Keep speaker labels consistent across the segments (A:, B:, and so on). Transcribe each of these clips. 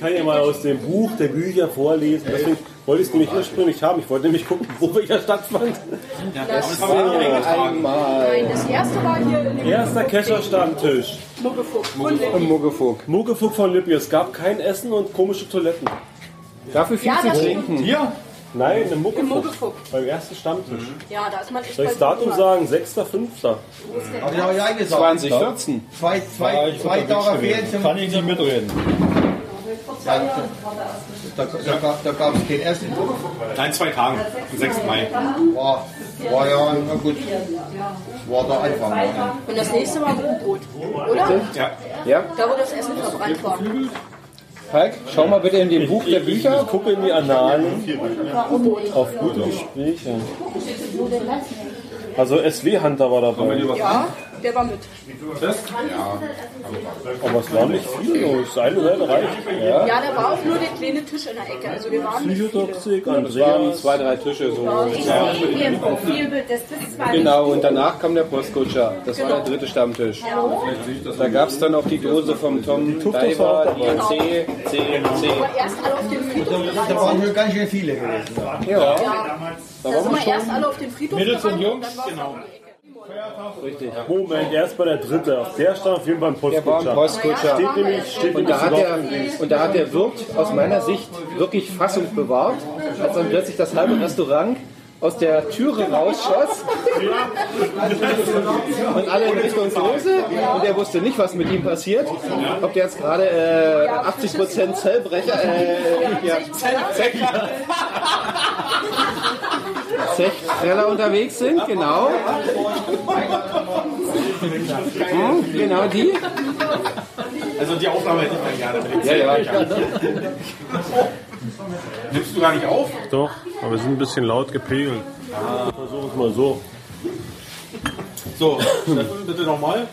A: kann ja mal aus dem Buch der Bücher vorlesen. Deswegen wollte ich es nämlich ursprünglich haben. Ich wollte nämlich gucken, wo welcher stattfand.
B: Das
A: haben wir nicht eingetragen.
B: einmal
C: Nein, das erste war hier in dem
A: Erster Kescher-Stammtisch.
C: Muggefuck. Und
B: im Muggefuck.
A: Muggefuck von Lippi. Es gab kein Essen und komische Toiletten.
B: Dafür viel
C: Ja,
B: zu
C: das
B: trinken.
D: Hier?
A: Nein, eine
C: Im
A: Muggefuck.
C: Muggefuck.
A: Beim ersten Stammtisch.
C: Ja, da ist man echt
A: Soll ich das Datum sagen? 6.5.
D: Hab ich auch ja gesagt.
B: 2014.
D: Zwei, zwei, zwei Tage fehlen.
E: Kann ich nicht mitreden.
D: Da, da, gab- da gab es kein Essen.
F: Nein, zwei Tagen, am 6. Mai.
D: War, war ja, na gut. War der Anfang. ne?
C: Und das nächste war Ruhrbrot, oder?
F: Ja.
B: Ja,
C: Da, wo das Essen verbrannt war.
B: Falk, schau mal bitte in dem Buch der
A: Ich, ich
B: Bücher.
A: gucke in die Annalen auf gute Gespräche. Also SW Hunter war dabei.
C: Ja, der war mit.
A: Aber es waren nicht viele, nur das eine Seite reicht. Ja.
C: Ja, da war auch nur der kleine Tisch in der Ecke. Also wir waren nicht viele.
A: Psychotoxik,
B: Das waren
A: Andreas.
B: zwei, drei Tische so.
G: Ich sehe hier im Profilbild, das ist zwar
B: Genau, und danach kam der Postkutscher. Das war der dritte Stammtisch. Da gab es dann auch die Dose vom Tom
A: Tuftus war auch
B: Diver, die C, C, C.
C: Aber erst alle auf dem Friedhof
D: Da
C: gerannt.
D: waren schon ganz schön viele gewesen. Ja.
B: Ja,
C: Da sind wir erst alle auf den Friedhof
E: Mädels und
C: gerannt
E: Jungs,
C: dann war's
E: genau.
C: an der Ecke.
B: richtig.
A: Moment, er ist bei der dritte. Auf der stand auf jeden Fall ein
B: Der war ein
A: Postkutscher.
B: Postkutscher.
A: Steht nämlich, steht
B: Und
A: nämlich
B: da, hat
A: sogar.
B: der, und da hat der Wirt aus meiner Sicht wirklich Fassung bewahrt, als dann plötzlich das halbe Restaurant aus der Türe rausschoss und alle in Richtung Soße und er wusste nicht, was mit ihm passiert, ob der jetzt gerade äh, 80% Zellbrecher, äh, ja, Zellbrecher,
F: Also
B: Zechpreller unterwegs sind, genau. Hm, genau die.
F: Also die Aufnahme hätte ich dann gerne. mit dem
B: Ja, ja.
F: Zelt. Nimmst du gar nicht auf?
A: Doch, aber wir sind ein bisschen laut gepegelt. Versuchen es Ah, mal so.
F: So, Steffen, bitte nochmal.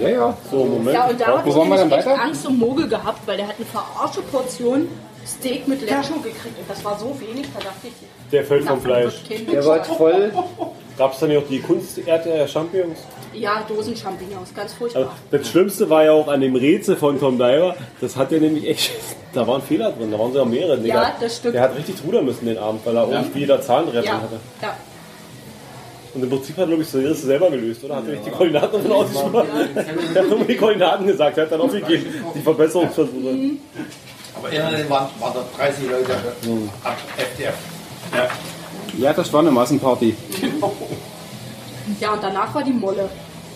B: Ja, ja.
A: So, Moment.
C: Ja, und da habe ich
B: wollen wir
C: nämlich
B: denn
C: echt
B: weiter?
C: Angst um Mogel gehabt, weil der hat eine verarsche Portion Steak mit Lecho gekriegt. Und das war so wenig, da dachte ich,
A: Der fällt vom Fleisch.
B: Der war voll.
A: Gab es dann ja auch die Kunst RTL Champions?
C: Ja, Dosen-Champignons, ganz
A: Also,
C: furchtbar.
A: das Schlimmste war ja auch an dem Rätsel von Tom Diver, das hat er nämlich echt. Da waren Fehler drin, da waren sogar mehrere. Der
C: Ja,
A: hat-
C: das stimmt.
A: Der hat richtig rudern müssen den Abend, weil er irgendwie jeder Zahnrädern
C: Ja,
A: Also hatte.
C: ja.
A: Und im Prinzip hat, glaube ich, Solis selber gelöst, oder? Hat er nicht die Koordinaten davon ausgesprochen? Er hat nur die Koordinaten gesagt, er hat dann aufgegeben, die Verbesserungsversuche.
D: Aber immerhin waren, waren da 30 Leute ab FDF.
B: Ja, das war eine Massenparty.
C: ja, und danach war die Molle.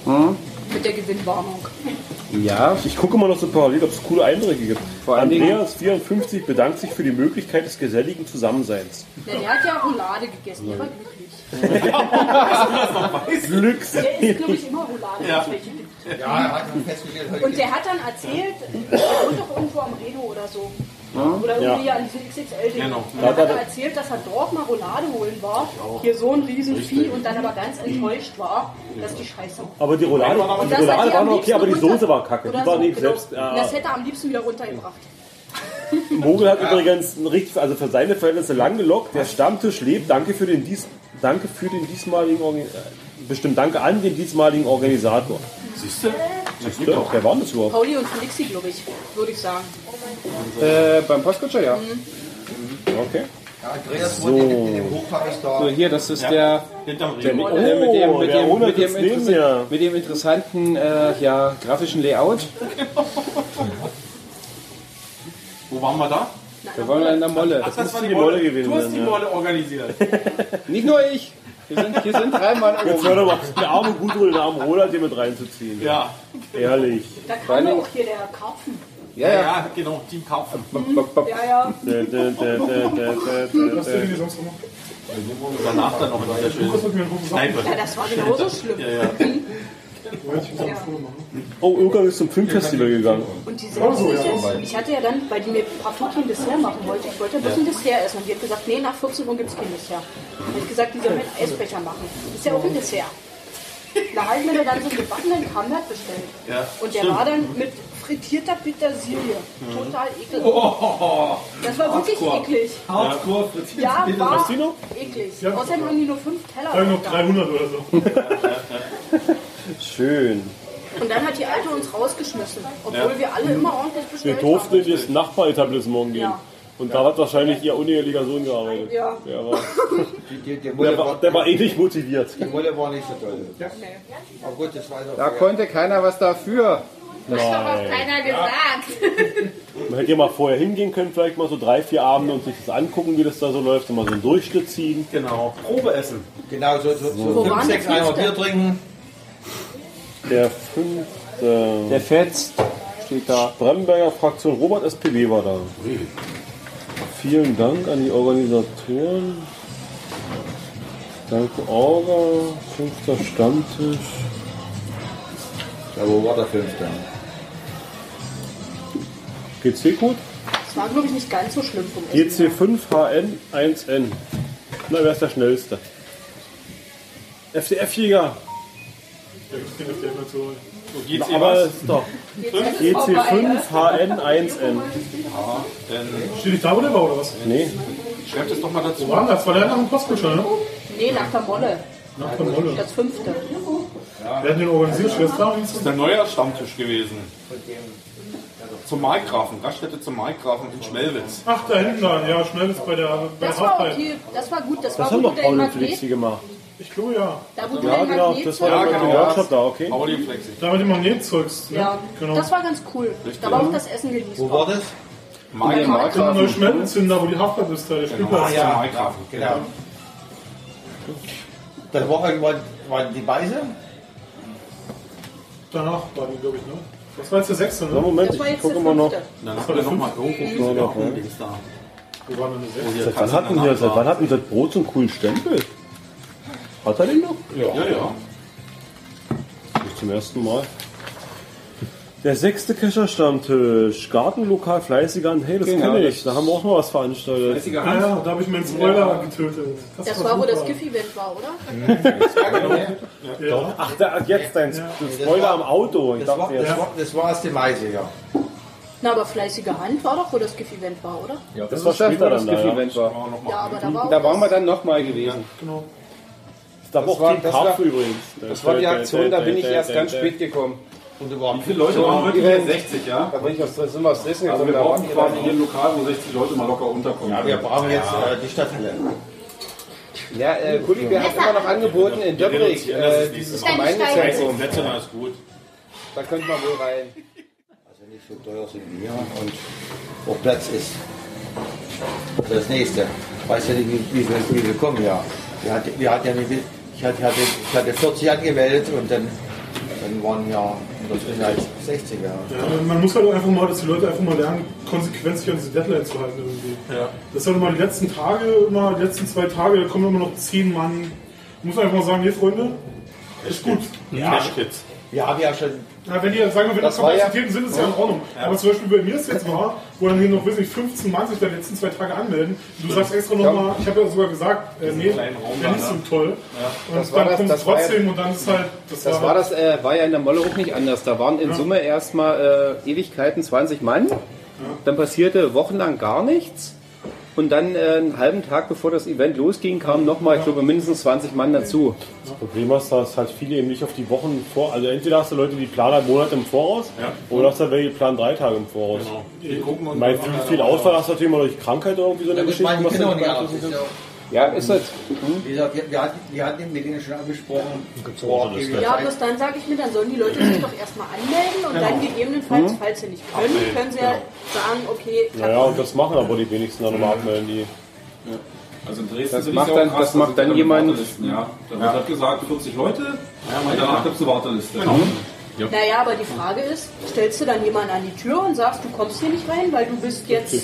A: Hm?
C: Mit der Gewinnwarnung.
B: Ja,
A: Ich gucke mal noch so parallel, ob es coole Eindrücke gibt.
B: Vor allen Dingen-
A: Andreas54 bedankt sich für die Möglichkeit des geselligen Zusammenseins.
C: Ja, der hat ja Roulade gegessen, der war glücklich.
A: Glücks!
C: Der ist, glaube ich, immer Roulade. deswegen.
D: Ja, er hat festgestellt, heute
C: Und der hat dann erzählt, er wohnt doch irgendwo am Redo oder so.
A: Hm?
C: Oder irgendwie an diesem XXL-Ding.
F: Genau.
C: Und Dann hat er erzählt, dass er dort mal Roulade holen war, hier so ein Riesenvieh und dann aber ganz enttäuscht war, dass die Scheiße
A: Aber die Roulade, die
C: Das hat
A: Also Roulade
C: die
A: war
C: am
A: noch okay,
C: liebsten
A: aber die
C: runter-
A: Soße war kacke. Die
C: oder
A: war
C: so,
A: nicht
C: genau.
A: selbst.
C: Und
A: Ja.
C: Das hätte er am liebsten wieder runtergebracht.
A: Mogel hat übrigens ein richtig, also für seine Verhältnisse lang gelockt. Der Stammtisch lebt. Danke für den, dies, danke für den diesmaligen Organ- äh, Bestimmt danke an den diesmaligen Organisator.
F: Siehst du?
A: Siehst du, Wer war denn das überhaupt?
C: Pauli und Felixi, glaube ich, würde ich sagen.
B: äh, beim Postkutscher, ja.
A: Okay.
D: Andreas wohnt in dem- in dem Hochhaus da.
B: So, hier, das ist der,
F: Hinterm
B: der,
F: Riemen.
B: mit, der mit dem, mit
A: der
B: dem,
A: Ronald
B: mit dem,
A: ist neben mir.
B: interess- mit dem interessanten äh, ja, grafischen Layout.
F: Wo waren wir da?
B: Wir waren in der Molle.
F: Ach, das war
A: die Molle gewesen
F: Du hast
A: sein,
F: die
A: ja.
F: Molle organisiert.
B: Nicht nur ich. Hier sind, hier sind drei Mann
A: Jetzt
B: oben.
A: hör doch mal, den armen Gudrun, den armen Roland hier mit reinzuziehen.
F: Ja.
A: Ehrlich.
C: Da kam ja auch hier der Karpfen.
B: Ja, ja.
F: Ja, genau, Team Kaufen.
B: Bop, bop.
C: Ja, ja.
A: Dä, dä, dä, dä, dä, dä, dä.
F: Danach dann noch in der schönen
C: Ja,
F: Kneipe.
C: das war genauso schlimm.
F: Ja, ja.
A: Oh, Irrgang ist zum Filmfestival gegangen.
C: Und die Soße ist jetzt, ich hatte ja dann, weil die mir partout kein Dessert machen wollte, ich wollte ein bisschen Dessert essen. Und die hat gesagt, nee, nach 14 Uhr gibt es kein Dessert. Und ich gesagt, die sollen mir einen Eisbecher machen. Ist ja auch ein Dessert. Da habe ich mir dann so einen gebackenen Kamlat bestellt.
F: Ja,
C: und der war dann mit frittierter Petersilie. Total eklig.
F: Oh,
C: das war wirklich eklig.
E: Hardcore
C: Ja, war
A: die noch?
C: eklig. Außerdem haben die nur fünf Teller.
E: oder so.
A: Schön.
C: Und dann hat die Alte uns rausgeschmissen, obwohl wir
F: Mhm.
C: alle immer ordentlich
A: Wir
C: bestellt
A: durften in
F: ne?
C: haben.
A: das Nachbaretablissement gehen.
C: Ja.
A: Und da hat wahrscheinlich ihr unehelicher Sohn gearbeitet.
C: Ja.
A: Der war,
D: Die, die, die,
A: der
D: Mulle
A: war,
D: war,
A: der war eh nicht motiviert.
D: die Mulle war nicht so toll. Aber gut, das weiß
B: Da
D: auch.
B: konnte keiner was dafür.
A: Nein.
G: Keiner gesagt.
A: Man hätte ja mal vorher hingehen können, vielleicht mal so drei, vier Abende und sich das angucken, wie das da so läuft. Und mal so einen Durchschnitt ziehen.
F: Genau. Probe essen.
D: Genau, so, so, so
C: waren
D: 5, 6
C: die
D: einer
C: Fenster?
D: Bier trinken.
A: Der fünfte
E: Der fetzt, steht da.
A: Brandenburger Fraktion Robert SPW war da. Vielen Dank an die Organisatoren. Danke Orga, fünfter Stammtisch.
D: Ja, wo war der Fünfte?
A: GC-Code?
C: Das war, glaube ich, nicht ganz so schlimm vom Essen.
A: GC5HN1N. Na, wer ist der Schnellste? FCF-Jäger.
F: So geht's ihr
A: Aber
F: was?
A: ist doch. GC5HN1N.
H: Steht nicht da, wo der war, oder was?
A: Nee,
F: Schreibt es doch mal dazu.
H: Wo war denn das? War der nach dem Postkutscher, ne?
C: Nee, nach der Molle.
H: Nach der Molle.
C: Das fünfte.
H: Wer hat den organisiert? Schwester? hieß
F: Das ist ein neuer Stammtisch gewesen. Zum Markgrafen, Raststätte zum Markgrafen in Schmelwitz.
H: das? Ach, da hinten da. Ja, schnell ist bei der, bei der
C: Das war, auch
H: Hauptheit.
C: die, das war gut. Das,
A: das
C: war
A: haben
C: gut
A: doch
C: dein
A: Paul und
C: Magnet.
A: Flixi gemacht.
H: Ich glaube, ja.
C: Da wo
A: Ja,
C: dein
A: genau,
C: Magnet
A: das war der
F: Ja,
A: mit dem
F: genau.
A: Workshop da, okay.
F: Audioflexi.
H: Da mit dem Magnetzeugs. Ne?
C: Ja,
H: Genau.
C: das war ganz cool. Da war auch das Essen
D: Wo
C: genießbar.
D: war das?
F: Markgrafen.
H: der Neuschmelzenzünder, wo die Hauptheit ist, da der
F: Ah,
H: Spielplatz.
F: ja, Markgrafen.
D: Genau. Das genau. war irgendwann waren die Weiße.
H: Danach war die, glaube ich, ne? Das war jetzt der sechste,
A: So,
H: ne?
A: Moment,
C: Das war
A: ich
C: jetzt der
A: gucke mal noch.
C: fünfte.
F: Dann habt ihr nochmal irgendwo
A: Ja,
F: noch ein Dings da.
H: Wo waren denn die sechste?
A: Seit wann hatten wir seit wann hatten das Brot so einen coolen Stempel? Hat er den noch?
F: Ja, ja.
A: Nicht zum ersten Mal. Der sechste Kescher-Stammtisch. Gartenlokal Fleißiger an. Hey, das
E: Genau,
A: kenne
E: das-
A: ich. Da haben wir auch mal was veranstaltet.
H: Ah, ja, da habe ich meinen Spoiler getötet.
C: Das war, wo das
H: super.
C: Giff-Event war, oder?
H: Ja.
A: Ach, da, jetzt dein Spoiler am Auto. Ich
D: Das
A: dachte
D: war,
A: jetzt.
D: das war, das war erst die Weiße, ja.
C: Na, aber fleißige Hand war doch, wo das Giff-Event war, oder?
A: Das war später dann da, ja.
B: Event war.
C: Ja, aber da war auch
B: Da waren wir dann nochmal gewesen.
H: Genau.
A: Da war
B: Das
A: auch
B: war-
A: die
B: das war-
A: Karpfe übrigens.
B: Das war die Aktion, da bin ich erst ganz spät gekommen.
D: Und du warst
F: Wie viele Leute waren wirklich
B: Event.
F: 60, ja?
B: Da bin ich aus, sind wir aus Dresden
F: Also
B: gekommen.
F: wir
B: da
F: brauchen
B: waren
F: quasi hier ein Lokal, wo 60 Leute mal locker unterkommen.
D: Ja, wir brauchen jetzt äh, die Stadthalle.
B: ja, äh, Kuli, wir hatten immer noch angeboten in Döbrig, äh, dieses Gemeindezentrum.
F: Plätze, da ist gut.
B: Da könnte man wohl rein.
D: Also nicht so teuer sind wie hier und wo Platz ist. Also Das nächste. Ich weiß ja nicht, wie, wie, viel- wie wir kommen, ja. Wir hatten, wir hatten ja nicht, ich, hatte, hatte, ich hatte 40 angemeldet und dann, dann waren ja das sind halt 60 ja.
H: Ja, man muss halt auch einfach mal, dass die Leute einfach mal lernen, konsequent sich an diese Deadline zu halten irgendwie.
F: Ja.
H: Das sind immer die letzten Tage, immer die letzten zwei Tage, da kommen immer noch zehn Mann. Muss einfach mal sagen, nee, Freunde, ist gut.
F: Ja. Kids.
D: Wir haben ja schon
H: Na, wenn die jetzt sagen, wenn das
D: Das war ja-
H: Kapazitäten sind, ist ja in Ordnung. Aber zum Beispiel bei mir ist jetzt mal, wo dann hier noch wesentlich 15 Mann sich der letzten zwei Tage anmelden. Du sagst extra nochmal, ich habe ja sogar gesagt, äh, nee,
F: kleinen Raum
H: wäre nicht so
F: da,
H: toll.
B: Das
H: Und
B: war
H: dann
B: das-
H: kommt es
B: das war ja-
H: trotzdem und dann ist halt,
B: Das war das, äh, war ja in der Molle auch nicht anders. Da waren in
H: Ja.
B: Summe erstmal äh, Ewigkeiten 20 Mann. Dann passierte wochenlang gar nichts. Und dann äh, einen halben Tag bevor das Event losging, kamen nochmal, ich glaube, mindestens 20 Mann dazu.
A: Das Problem ist, dass halt viele eben nicht auf die Wochen vor. Also entweder hast du Leute, die planen Monate im Voraus,
F: Ja.
A: oder hast du halt welche, die planen drei Tage im Voraus.
F: Genau. Die gucken und halt
A: Weil viel, viel Ausfall hast du natürlich immer durch Krankheit oder irgendwie so eine
D: Ja, das
A: Geschichte.
D: meine ich
A: was du
D: genau
A: nicht
D: nicht
A: beeinflussen
D: anders.
A: kannst.
B: Ja, ist das.
D: Wie gesagt, wir, wir, hatten, wir hatten mit denen schon angesprochen. Boah, die
C: Ja,
D: Zeit-
C: bloß dann sage ich mir, dann sollen die Leute sich doch erstmal anmelden und dann
A: Genau.
C: gegebenenfalls,
A: Hm?
C: falls sie nicht können, können sie ja sagen, okay, klappt
A: Naja,
C: nicht.
A: und das machen aber die wenigsten dann nochmal abmelden, die.
F: Also in Dresden
B: Das
F: sind
B: macht
F: die auch
B: dann-
F: krass,
B: das
F: da
B: macht
F: sind
B: dann
F: die
B: jemand-
F: Wartelisten, Ja, da wird halt gesagt, 40 Leute, und danach gibt es eine Warteliste. Genau.
C: Naja, aber die Frage ist, stellst du dann jemanden an die Tür und sagst, du kommst hier nicht rein, weil du bist jetzt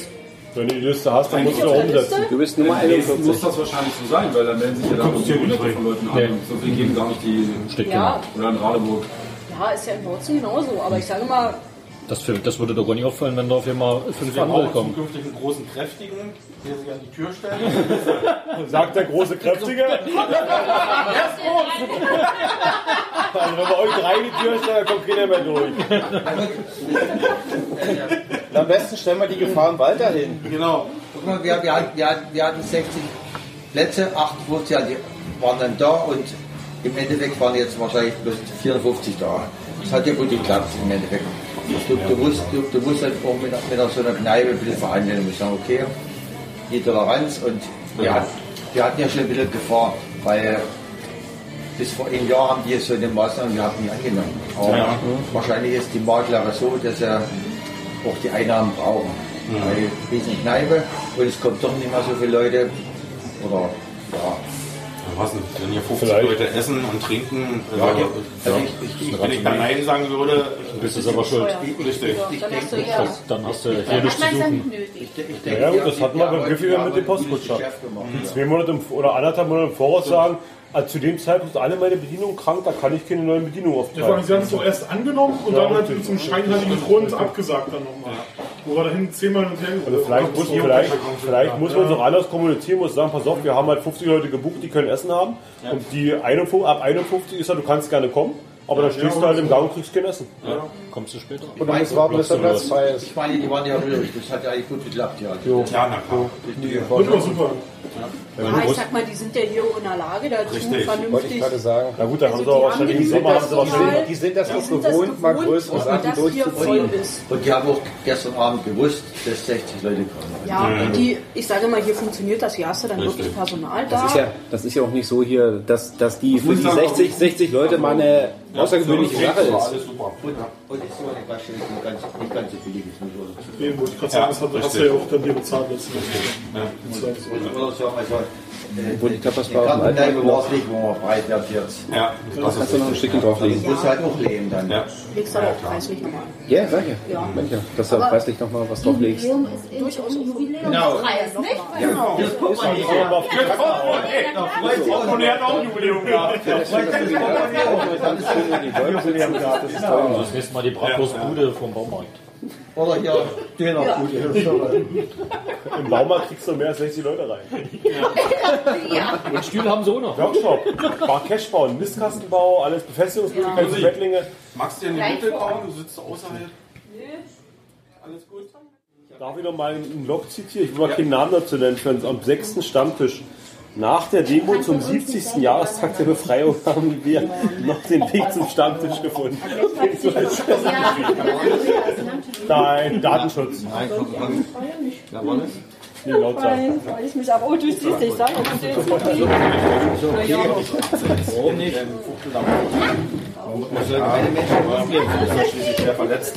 A: Wenn du die Liste hast, dann musst
C: nicht
A: du
C: auf der
A: umsetzen.
C: Liste?
B: Du bist Nummer
F: In Dresden muss
B: 41.
F: das wahrscheinlich so sein, weil dann werden sich ja da
H: hier
F: hunderte
H: nicht rein.
F: von Leuten an. So viel geben gar nicht die
C: Ja,
F: oder in Radeburg.
C: ja, ist ja in Bautzen genauso, aber ich sage mal,
E: Das, für, das würde doch gar nicht auffallen, wenn darauf hier mal fünf andere kommen.
F: zukünftig einen großen Kräftigen, der sich an die Tür stellt.
A: Sagt der große Kräftige. also Also, wenn wir euch drei in die Tür stellen, dann kommt keiner mehr durch.
B: Am besten stellen wir die Gefahr im Wald dahin.
F: genau.
D: Guck mal, wir, wir, hatten, wir, hatten, wir hatten 60 Plätze, 58 die waren dann da und im Endeffekt waren jetzt wahrscheinlich bloß 54 da. Das hat ja gut geklappt im Endeffekt. Du, du, musst, du, du musst halt auch mit, mit so einer Kneipe ein bisschen verhandeln. Du musst sagen, okay, die Toleranz und wir, hat, wir hatten ja schon ein bisschen Gefahr, weil bis vor einem Jahr haben die so eine Maßnahme gehabt, nicht angenommen. Aber wahrscheinlich ist die Makler so, dass er auch die Einnahmen brauchen. Weil wir sind eine Kneipe und es kommt doch nicht mehr so viele Leute. Oder ja,
F: Ja, Was denn? Wenn hier 50
I: Vielleicht.
F: Leute essen und trinken, also,
D: Ja, okay. Also
F: ja.
D: ich, ich, ich,
F: wenn ich da Nein sagen würde,
I: bist es aber schuld.
F: richtig.
C: Ja, dann hast du
D: denke,
C: ja.
I: Dann hast du hier nichts zu
J: Hat man es dann
I: suchen.
J: nötig?
D: ich, ich
A: Ja,
D: denke,
A: gut, das hatten wir beim Griffey ja mit dem Postkutscher. Zwei Monate im, oder anderthalb Monate im Voraus sagen, ah, zu dem Zeitpunkt ist alle meine Bedienungen krank, da kann ich keine neuen Bedienungen
H: Ja, vor allem,
A: auftreiben.
H: sie haben es doch erst angenommen und
A: Ja,
H: dann halt
A: richtig.
H: zum scheinheiligen Grund abgesagt dann nochmal. Wo wir dahin zehnmal und her
A: Also vielleicht muss, vielleicht, vielleicht muss man es auch anders kommunizieren, muss sagen, pass auf, wir haben halt 50 Leute gebucht, die können Essen haben. Und die 51, ab 51 ist ja, du kannst gerne kommen, aber dann stehst du halt im Gang und kriegst kein Essen.
I: Kommst du später?
K: Und dann ist warten, bis der Platz frei ist.
D: Ich meine, die waren ja rührig, das hat ja eigentlich gut geklappt. Ja.
K: Jo.
F: Ja, na klar.
H: Wird doch super.
C: Ja, ich sag mal, die sind ja hier auch in der Lage dazu,
F: Richtig.
K: Wollte ich
C: vernünftig.
K: gerade sagen.
A: Na gut, dann haben sie
C: Also
A: aber
C: die haben
A: wahrscheinlich im
C: die
A: Sommer haben sie
C: Situation-
A: wahrscheinlich
K: Die sind das
C: Die
K: auch
C: sind das
K: gewohnt, mal
C: gewohnt,
K: größere Sachen
C: dass hier voll
K: durchzuziehen.
C: ist.
D: Und die haben auch gestern Abend gewusst, dass 60 Leute kommen.
C: Ja, und die, ich sage mal, hier funktioniert das. Hier hast du dann wirklich Personal da.
B: Das ist ja, das ist ja auch nicht so hier, dass, dass die für
F: muss
B: die
F: sagen,
B: 60, 60 Leute mal eine außergewöhnliche
F: Ja,
B: Sache
F: war
B: ist.
F: Alles super.
D: Und, und ist so eine Quatsch, das ist nicht ganz, nicht ganz so billig. Ist, muss man dazu sagen.
H: Eben, wollte ich gerade sagen, das hat- hast du ja auch dann dir bezahlt letzten Endes.
D: Und, oder so, also, äh,
B: Wo die Tapas
D: die
B: waren,
D: Kartenleibe war es nicht, wo man breit wird jetzt.
F: Ja,
B: Kannst
F: das
B: du
F: ist
B: noch ein
F: richtig.
B: Stückchen drauflegen?
D: Das muss halt auch leben dann.
F: Ja.
C: Legst aber auch preislich nochmal.
B: Ja, sag ja.
C: Ja.
B: Mensch, ja. Dass du halt preislich nochmal was drauflegst.
J: Jubiläum ist in durchaus Jubiläum.
D: Genau.
J: Preis, nicht?
D: Genau. Das guckt man nicht. Ja.
F: Und er hat auch ein Jubiläum gehabt.
I: Also das nächste Mal die Bratwurstbude vom Baumarkt.
D: Oder hier, Dönerbude.
A: im Baumarkt kriegst du mehr als 60 Leute rein.
I: Und Stühle haben sie auch noch.
A: Workshop, Bar Cashbau, Mistkastenbau, alles Befestigungsmöglichkeiten für Bettlinge.
F: Magst du dir eine Mitte bauen? Du sitzt außerhalb. Alles gut?
A: Darf ich noch mal einen Log zitieren? Ich will mal keinen Namen dazu nennen. Für uns am sechsten Stammtisch. Nach der Demo zum 70. Jahrestag der Befreiung haben wir noch den Weg zum Stammtisch gefunden. Nein, Datenschutz.
D: Nein, guck mal. Da war das.
A: Nee, laut sein.
L: Freue ich mich aber. Oh, du siehst, ich sage, ich bin jetzt zufrieden.
D: Warum nicht? Man sollte keine Menschen
F: Das ist schließlich schwer verletzt.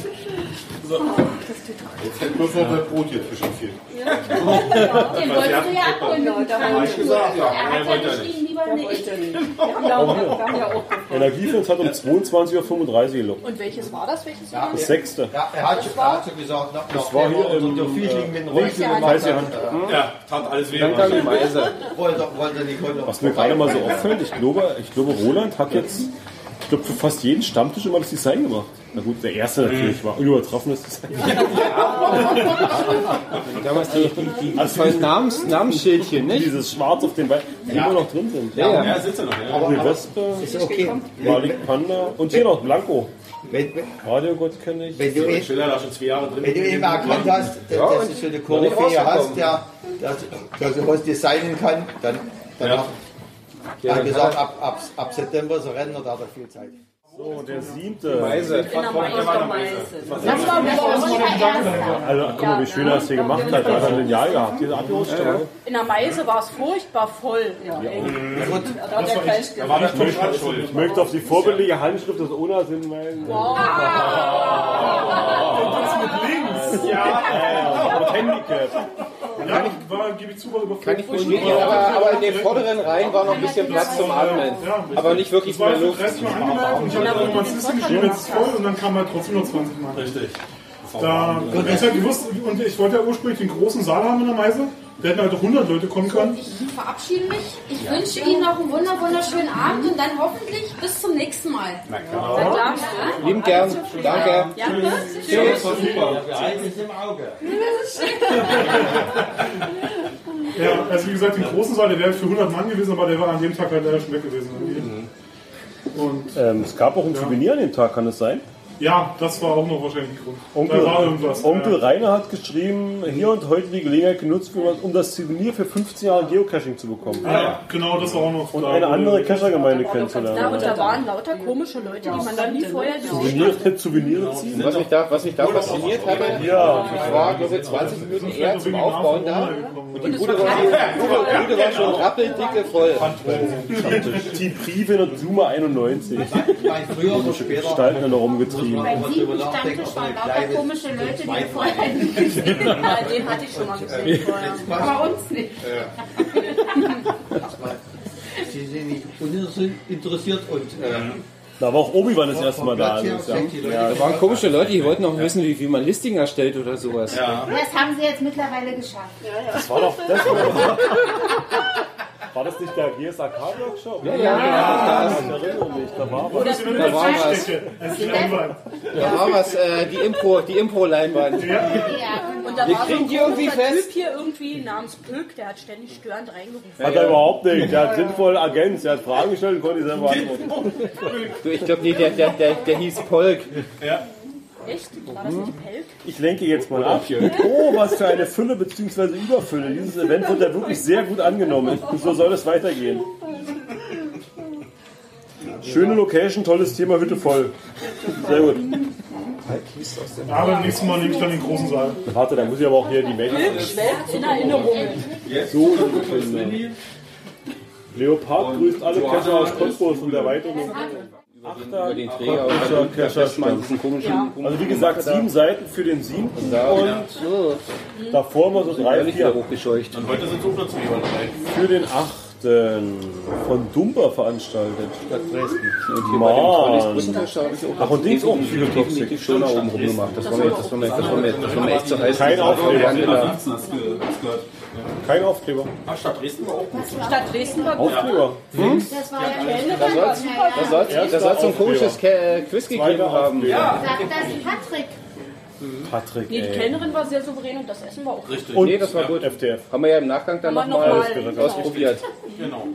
F: Jetzt hätte bloß noch das Brot hier zwischen viel.
J: Den wolltest du ja
L: Genau,
J: abholen.
L: da haben wir schon.
F: gesagt, ja.
J: Er
F: Er
J: hat
F: wollte
J: ja
F: ja nicht.
J: geschrieben, lieber nicht.
L: Wir haben ja auch- wir haben ja auch.
A: Energie für uns hat um 22.35 Uhr gelockt.
C: Und welches war das? Welches war
A: Das sechste.
D: Ja, er hat schon, er hat schon gesagt, nach, nach
A: war hier
D: unter
A: im,
D: der Viehling mit dem Rüssel
A: Weiße
D: gemacht
A: Hand.
D: hat,
F: Ja, tat alles weh.
B: Dann kam die Meise.
D: äh, wollte, wollte nicht heute
A: Was mir gerade mal so auffällt, ich glaube, ich glaube Roland hat jetzt, ich glaube, für fast jeden Stammtisch immer das Design gemacht. Na gut, der erste natürlich war unübertroffenes Design.
B: Damals die, die, die tollen Namens, Namensschildchen, nicht?
A: Dieses Schwarz auf den Beinen, die immer noch drin sind.
B: Also, Ja, ja.
F: Ja, sitzt er noch. Ja.
A: Die Wespe,
D: ist okay.
A: Malik Panda und hier noch Blanco.
D: Wenn, wenn,
A: Radiogott kenne ich.
D: wenn, du, ihn-
F: Schiller da schon zwei Jahre drin.
D: wenn du ihn mal erkannt hast, dass, dass du so eine Koryphäe hast, der, dass, dass du was designen kann, dann, dann
F: Ja.
D: hat er hat gesagt, ab, ab, ab September so rennen, da hat er viel Zeit.
A: So, der siebte.
B: Meise.
A: Also, guck mal, wie schön er das hier gemacht hat. Da hat er ein Lineal gehabt. Diese Abgerutschte.
C: In der Meise war es furchtbar voll. Ja, Da hat er gleich gesagt,
F: War das schon dran schuld?
A: Ich möchte auf die vorbildliche Handschrift des Ona sind meinen. Wow. mit links. Ja, äh, mit Handicap.
H: Ja, war, gebe ich zu, war überfüllt.
B: Kann ich verstehen, aber, aber in den vorderen Reihen war noch ein bisschen Platz zum Atmen. Aber nicht wirklich
H: Das
B: mehr
H: war für
B: Luft.
H: 30 Mal angemeldet und ich habe dann mal eine Liste geschrieben, jetzt ist voll und dann kam halt trotzdem nur 20 Mal.
F: Richtig.
H: Da, wenn ich halt gewusst, und ich wollte ja ursprünglich den großen Saal haben in der Meise, da hätten halt auch 100 Leute kommen können.
J: Ich verabschiede mich. Ich wünsche Ihnen noch einen wunder wunderschönen Abend und dann hoffentlich bis zum nächsten Mal. Na klar.
B: Lieben gern. Danke.
H: Ja, also wie gesagt, den großen Saal, der wäre für 100 Mann gewesen, aber der war an dem Tag halt leider schon weg gewesen. irgendwie. Und
A: Ähm, es gab auch ein Souvenir an dem Tag, kann das sein?
H: Ja, das war auch noch wahrscheinlich ein Grund.
A: Onkel,
H: da war irgendwas.
A: Onkel
H: ja.
A: Rainer hat geschrieben, hier und heute die Gelegenheit genutzt, um das Souvenir für 15 Jahre Geocaching zu bekommen.
H: Ah, ja, genau, das war auch noch
A: Und eine andere Cacher-Gemeinde kennenzulernen.
C: Da, und da waren lauter komische Leute, die man da nie vorher gesehen
A: Souvenir,
C: hat.
A: Souvenir ziehen?
B: Was mich da, was mich da fasziniert hatte, war diese 20 Minuten eher zum Aufbauen da. Und die Bude war, die Bude war schon rappeldicke voll.
A: Die Priven und Zuma 91.
D: Vielleicht früher oder später.
A: Gestalten dann noch rumgetrieben.
G: Beim siebten Stammtisch waren lauter komische Leute, die wir vorher nie gesehen haben.
C: Ja, den hatte ich schon mal gesehen vorher.
G: Aber uns nicht.
D: Sie sind nicht uninteressiert und äh,
A: Da war auch Obi-Wan das erste Mal da.
D: Platz her
A: Also, ja.
D: fängt die Leute
B: Da waren komische Leute, die wollten auch wissen, wie, wie man Listing erstellt oder sowas.
G: Das haben sie jetzt mittlerweile geschafft.
A: Das war doch das. War das nicht der GSAK-Workshop? Ja,
B: ja.
A: Ich erinnere mich, da war was.
H: Das ist
B: Da war was.
H: Stecke. Das ist langweilig.
B: Da war was, äh, die Impro, die Impro-Leinwand.
G: Ja.
C: Und da
B: Wir
C: war so ein
B: kriegen die irgendwie
C: komischer
B: fest.
C: Typ hier irgendwie namens Pöck, der hat ständig störend reingerufen.
A: Hat er überhaupt nicht. Der hat sinnvoll ergänzt. Er hat Fragen gestellt und konnte die selber antworten.
B: Du, ich glaube, nee, der, der, der, der hieß Polk.
C: Echt? War das nicht Pelk?
A: Ich lenke jetzt mal ab. Oh, was für eine Fülle bzw. Überfülle. Dieses Event wird ja wirklich sehr gut angenommen. So soll es weitergehen. Schöne Location, tolles Thema, Hütte voll. Sehr gut.
H: Ja, aber beim nächsten Mal nehme ich dann den großen Saal.
A: Warte, da muss ich aber auch hier die Mädchen.
C: Schwelgt in Erinnerungen.
A: So, liebe Kinder. Leopard grüßt alle Kescher aus Cottbus und Erweiterung.
B: Über den Träger.
A: Kescher, Kescher, Stamm.
B: Diesen komischen,
A: Also wie gesagt, sieben Seiten für den siebten und davor mal so drei,
B: völlig wieder
A: vier
B: hochgescheucht.
F: Und heute sind so plötzlich überall dabei.
A: für den achten von Dumper veranstaltet.
B: Und hier
A: Mann.
B: bei dem Brückentasche habe ich auch
A: Ach, und die ist auch psychotoxisch.
B: definitiv schon nach oben rum gemacht. Das war mir, das war mir, das war mir, das war mir echt zu heiß.
A: Kein Aufkleber.
B: Ja,
F: 15 hast du hast gehört.
A: Kein Aufkleber.
F: Ach, Stadt Dresden war auch gut.
C: Stadt Dresden war gut.
A: Aufkleber.
G: Das war ja schön.
B: Da soll's- da soll's- da soll's so ein komisches Ke- äh, Quiz gegeben
A: Zweiter
B: haben.
A: Aufkleber.
G: Sagt das Patrick.
A: Patrick,
C: Nee, die
A: ey.
C: Kellnerin war sehr souverän und das Essen war auch richtig.
A: Und
B: Nee, das war gut.
A: FTF.
B: Haben wir ja im Nachgang dann
C: Haben wir noch
B: nochmal
C: mal-
B: ausprobiert. ausprobiert.
F: Genau.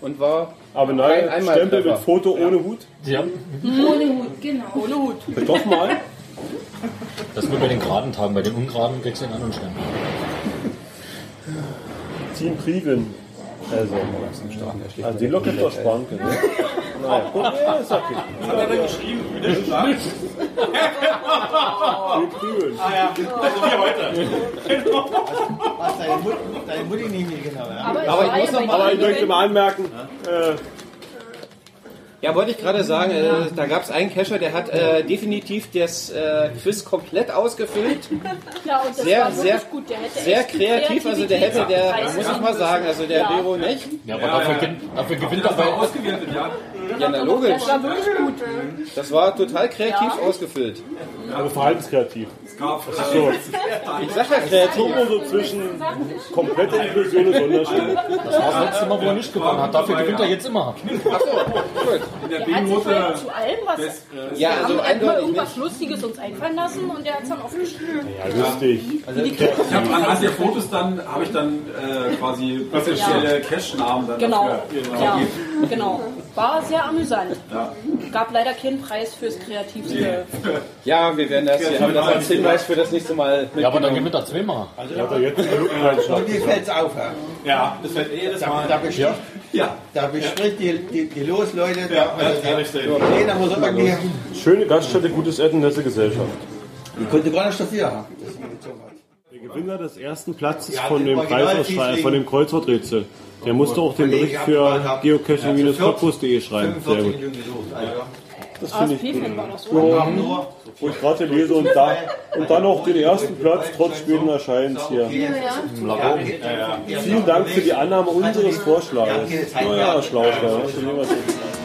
B: Und war
A: Aber
B: Kein
A: nein,
B: Einmaltreffer.
A: Stempel mit Foto ohne Hut.
E: Ja,
G: Ohne Hut, genau. Ohne Hut.
A: Doch mal.
E: das nur bei den geraden Tagen, bei den ungeraden kriegst du den anderen Stempel.
A: Team Priven. Also, also den Lock hätte doch sparen können. ne? Naja, gut, ja, ist okay.
F: Was hat er denn geschrieben? Wie der Stadt?
A: Team Priven.
F: Ah ja, also wie heute.
D: Hast deine Mut- deine Mutti nicht mitgenommen? ja?
C: Aber, aber ich muss noch
A: Aber ich möchte mal anmerken, äh,
B: Ja, wollte ich gerade sagen, äh, da gab es einen Cacher, der hat äh, definitiv das äh, Quiz komplett ausgefüllt.
C: Ja, und das
B: Sehr,
C: war wirklich
B: sehr-
C: gut. Der hätte
B: Sehr
C: echt die
B: kreativ, also der hätte, der,
C: Kreativität
B: muss ich mal sagen, also der Bero nicht.
E: Ja, aber dafür, gewinnt- dafür gewinnt er
F: Das war
E: bei
F: ausgewertet, ja.
B: Ja, na logisch.
C: Das war wirklich gut.
B: Das war total kreativ ausgefüllt.
A: also verhaltenskreativ.
F: Es gab äh,
A: So,
B: Ich sag ja kreativ.
A: irgendwo so zwischen komplette Inklusion und Sonderstellung.
E: das letzte Mal, wo er nicht gewonnen hat. Dafür gewinnt er jetzt immer.
F: in der
C: Er hat sich
F: B-Note.
C: halt zu allem was.
F: Das, äh,
B: Ja,
C: haben
B: also
C: wir mal
B: eindeutig nicht.
C: irgendwas Lustiges uns einfallen lassen und er hat es dann aufgeschrieben.
A: Ja, lustig.
F: Ich habe anhand der Fotos dann, habe ich dann äh, quasi potenzielle Cash-Namen dann
C: Genau.
F: dafür.
C: Ja, genau. War sehr amüsant. Gab leider keinen Preis fürs kreativste.
B: Ja, wir werden das, wir haben das als Hinweis für das nächste Mal
E: Ja, aber dann
B: mitgenommen.
E: gewinnt er zweimal.
A: Ich hab da jetzt einen Lückeneinschlag.
D: Mir fällt's auf. ja.
F: Ja, das fällt eh jedes
D: Da,
F: Mal.
D: da, bespricht,
F: Ja,
D: da bespricht die, die, die Losleute. Da,
F: ja,
D: also
F: das kann ich sehen.
D: der Trainer muss irgendwie.
A: Schöne Gaststätte, gutes Essen, nette Gesellschaft.
D: Ich konnte gar nicht dafür. ja, dass ich gezogen habe.
A: Der Gewinner des ersten Platzes
D: Ja,
A: von
D: den
A: dem
D: Original
A: Preisausschreiben,
D: deswegen.
A: von dem Kreuzworträtsel, der musste auch den
D: Kollege,
A: Bericht
D: ich hab mal
A: für
D: gehabt. Ja, also zu
A: geocaching-cottbus.de
D: 40,
A: schreiben. Sehr gut.
D: 45 Millionen gesucht. Also,
A: Das finde ich
C: ASP-Fan war das, oder?
D: und haben nur.
A: Wo ich gerade lese und, da, und dann auch den ersten Platz trotz späten Erscheinens hier.
D: Vielen
A: Vielen Dank für die Annahme unseres Vorschlags.
D: Ja, okay, das heißt,
A: Naja,
D: ja.
A: schlau, schlau. das ist schon immer so.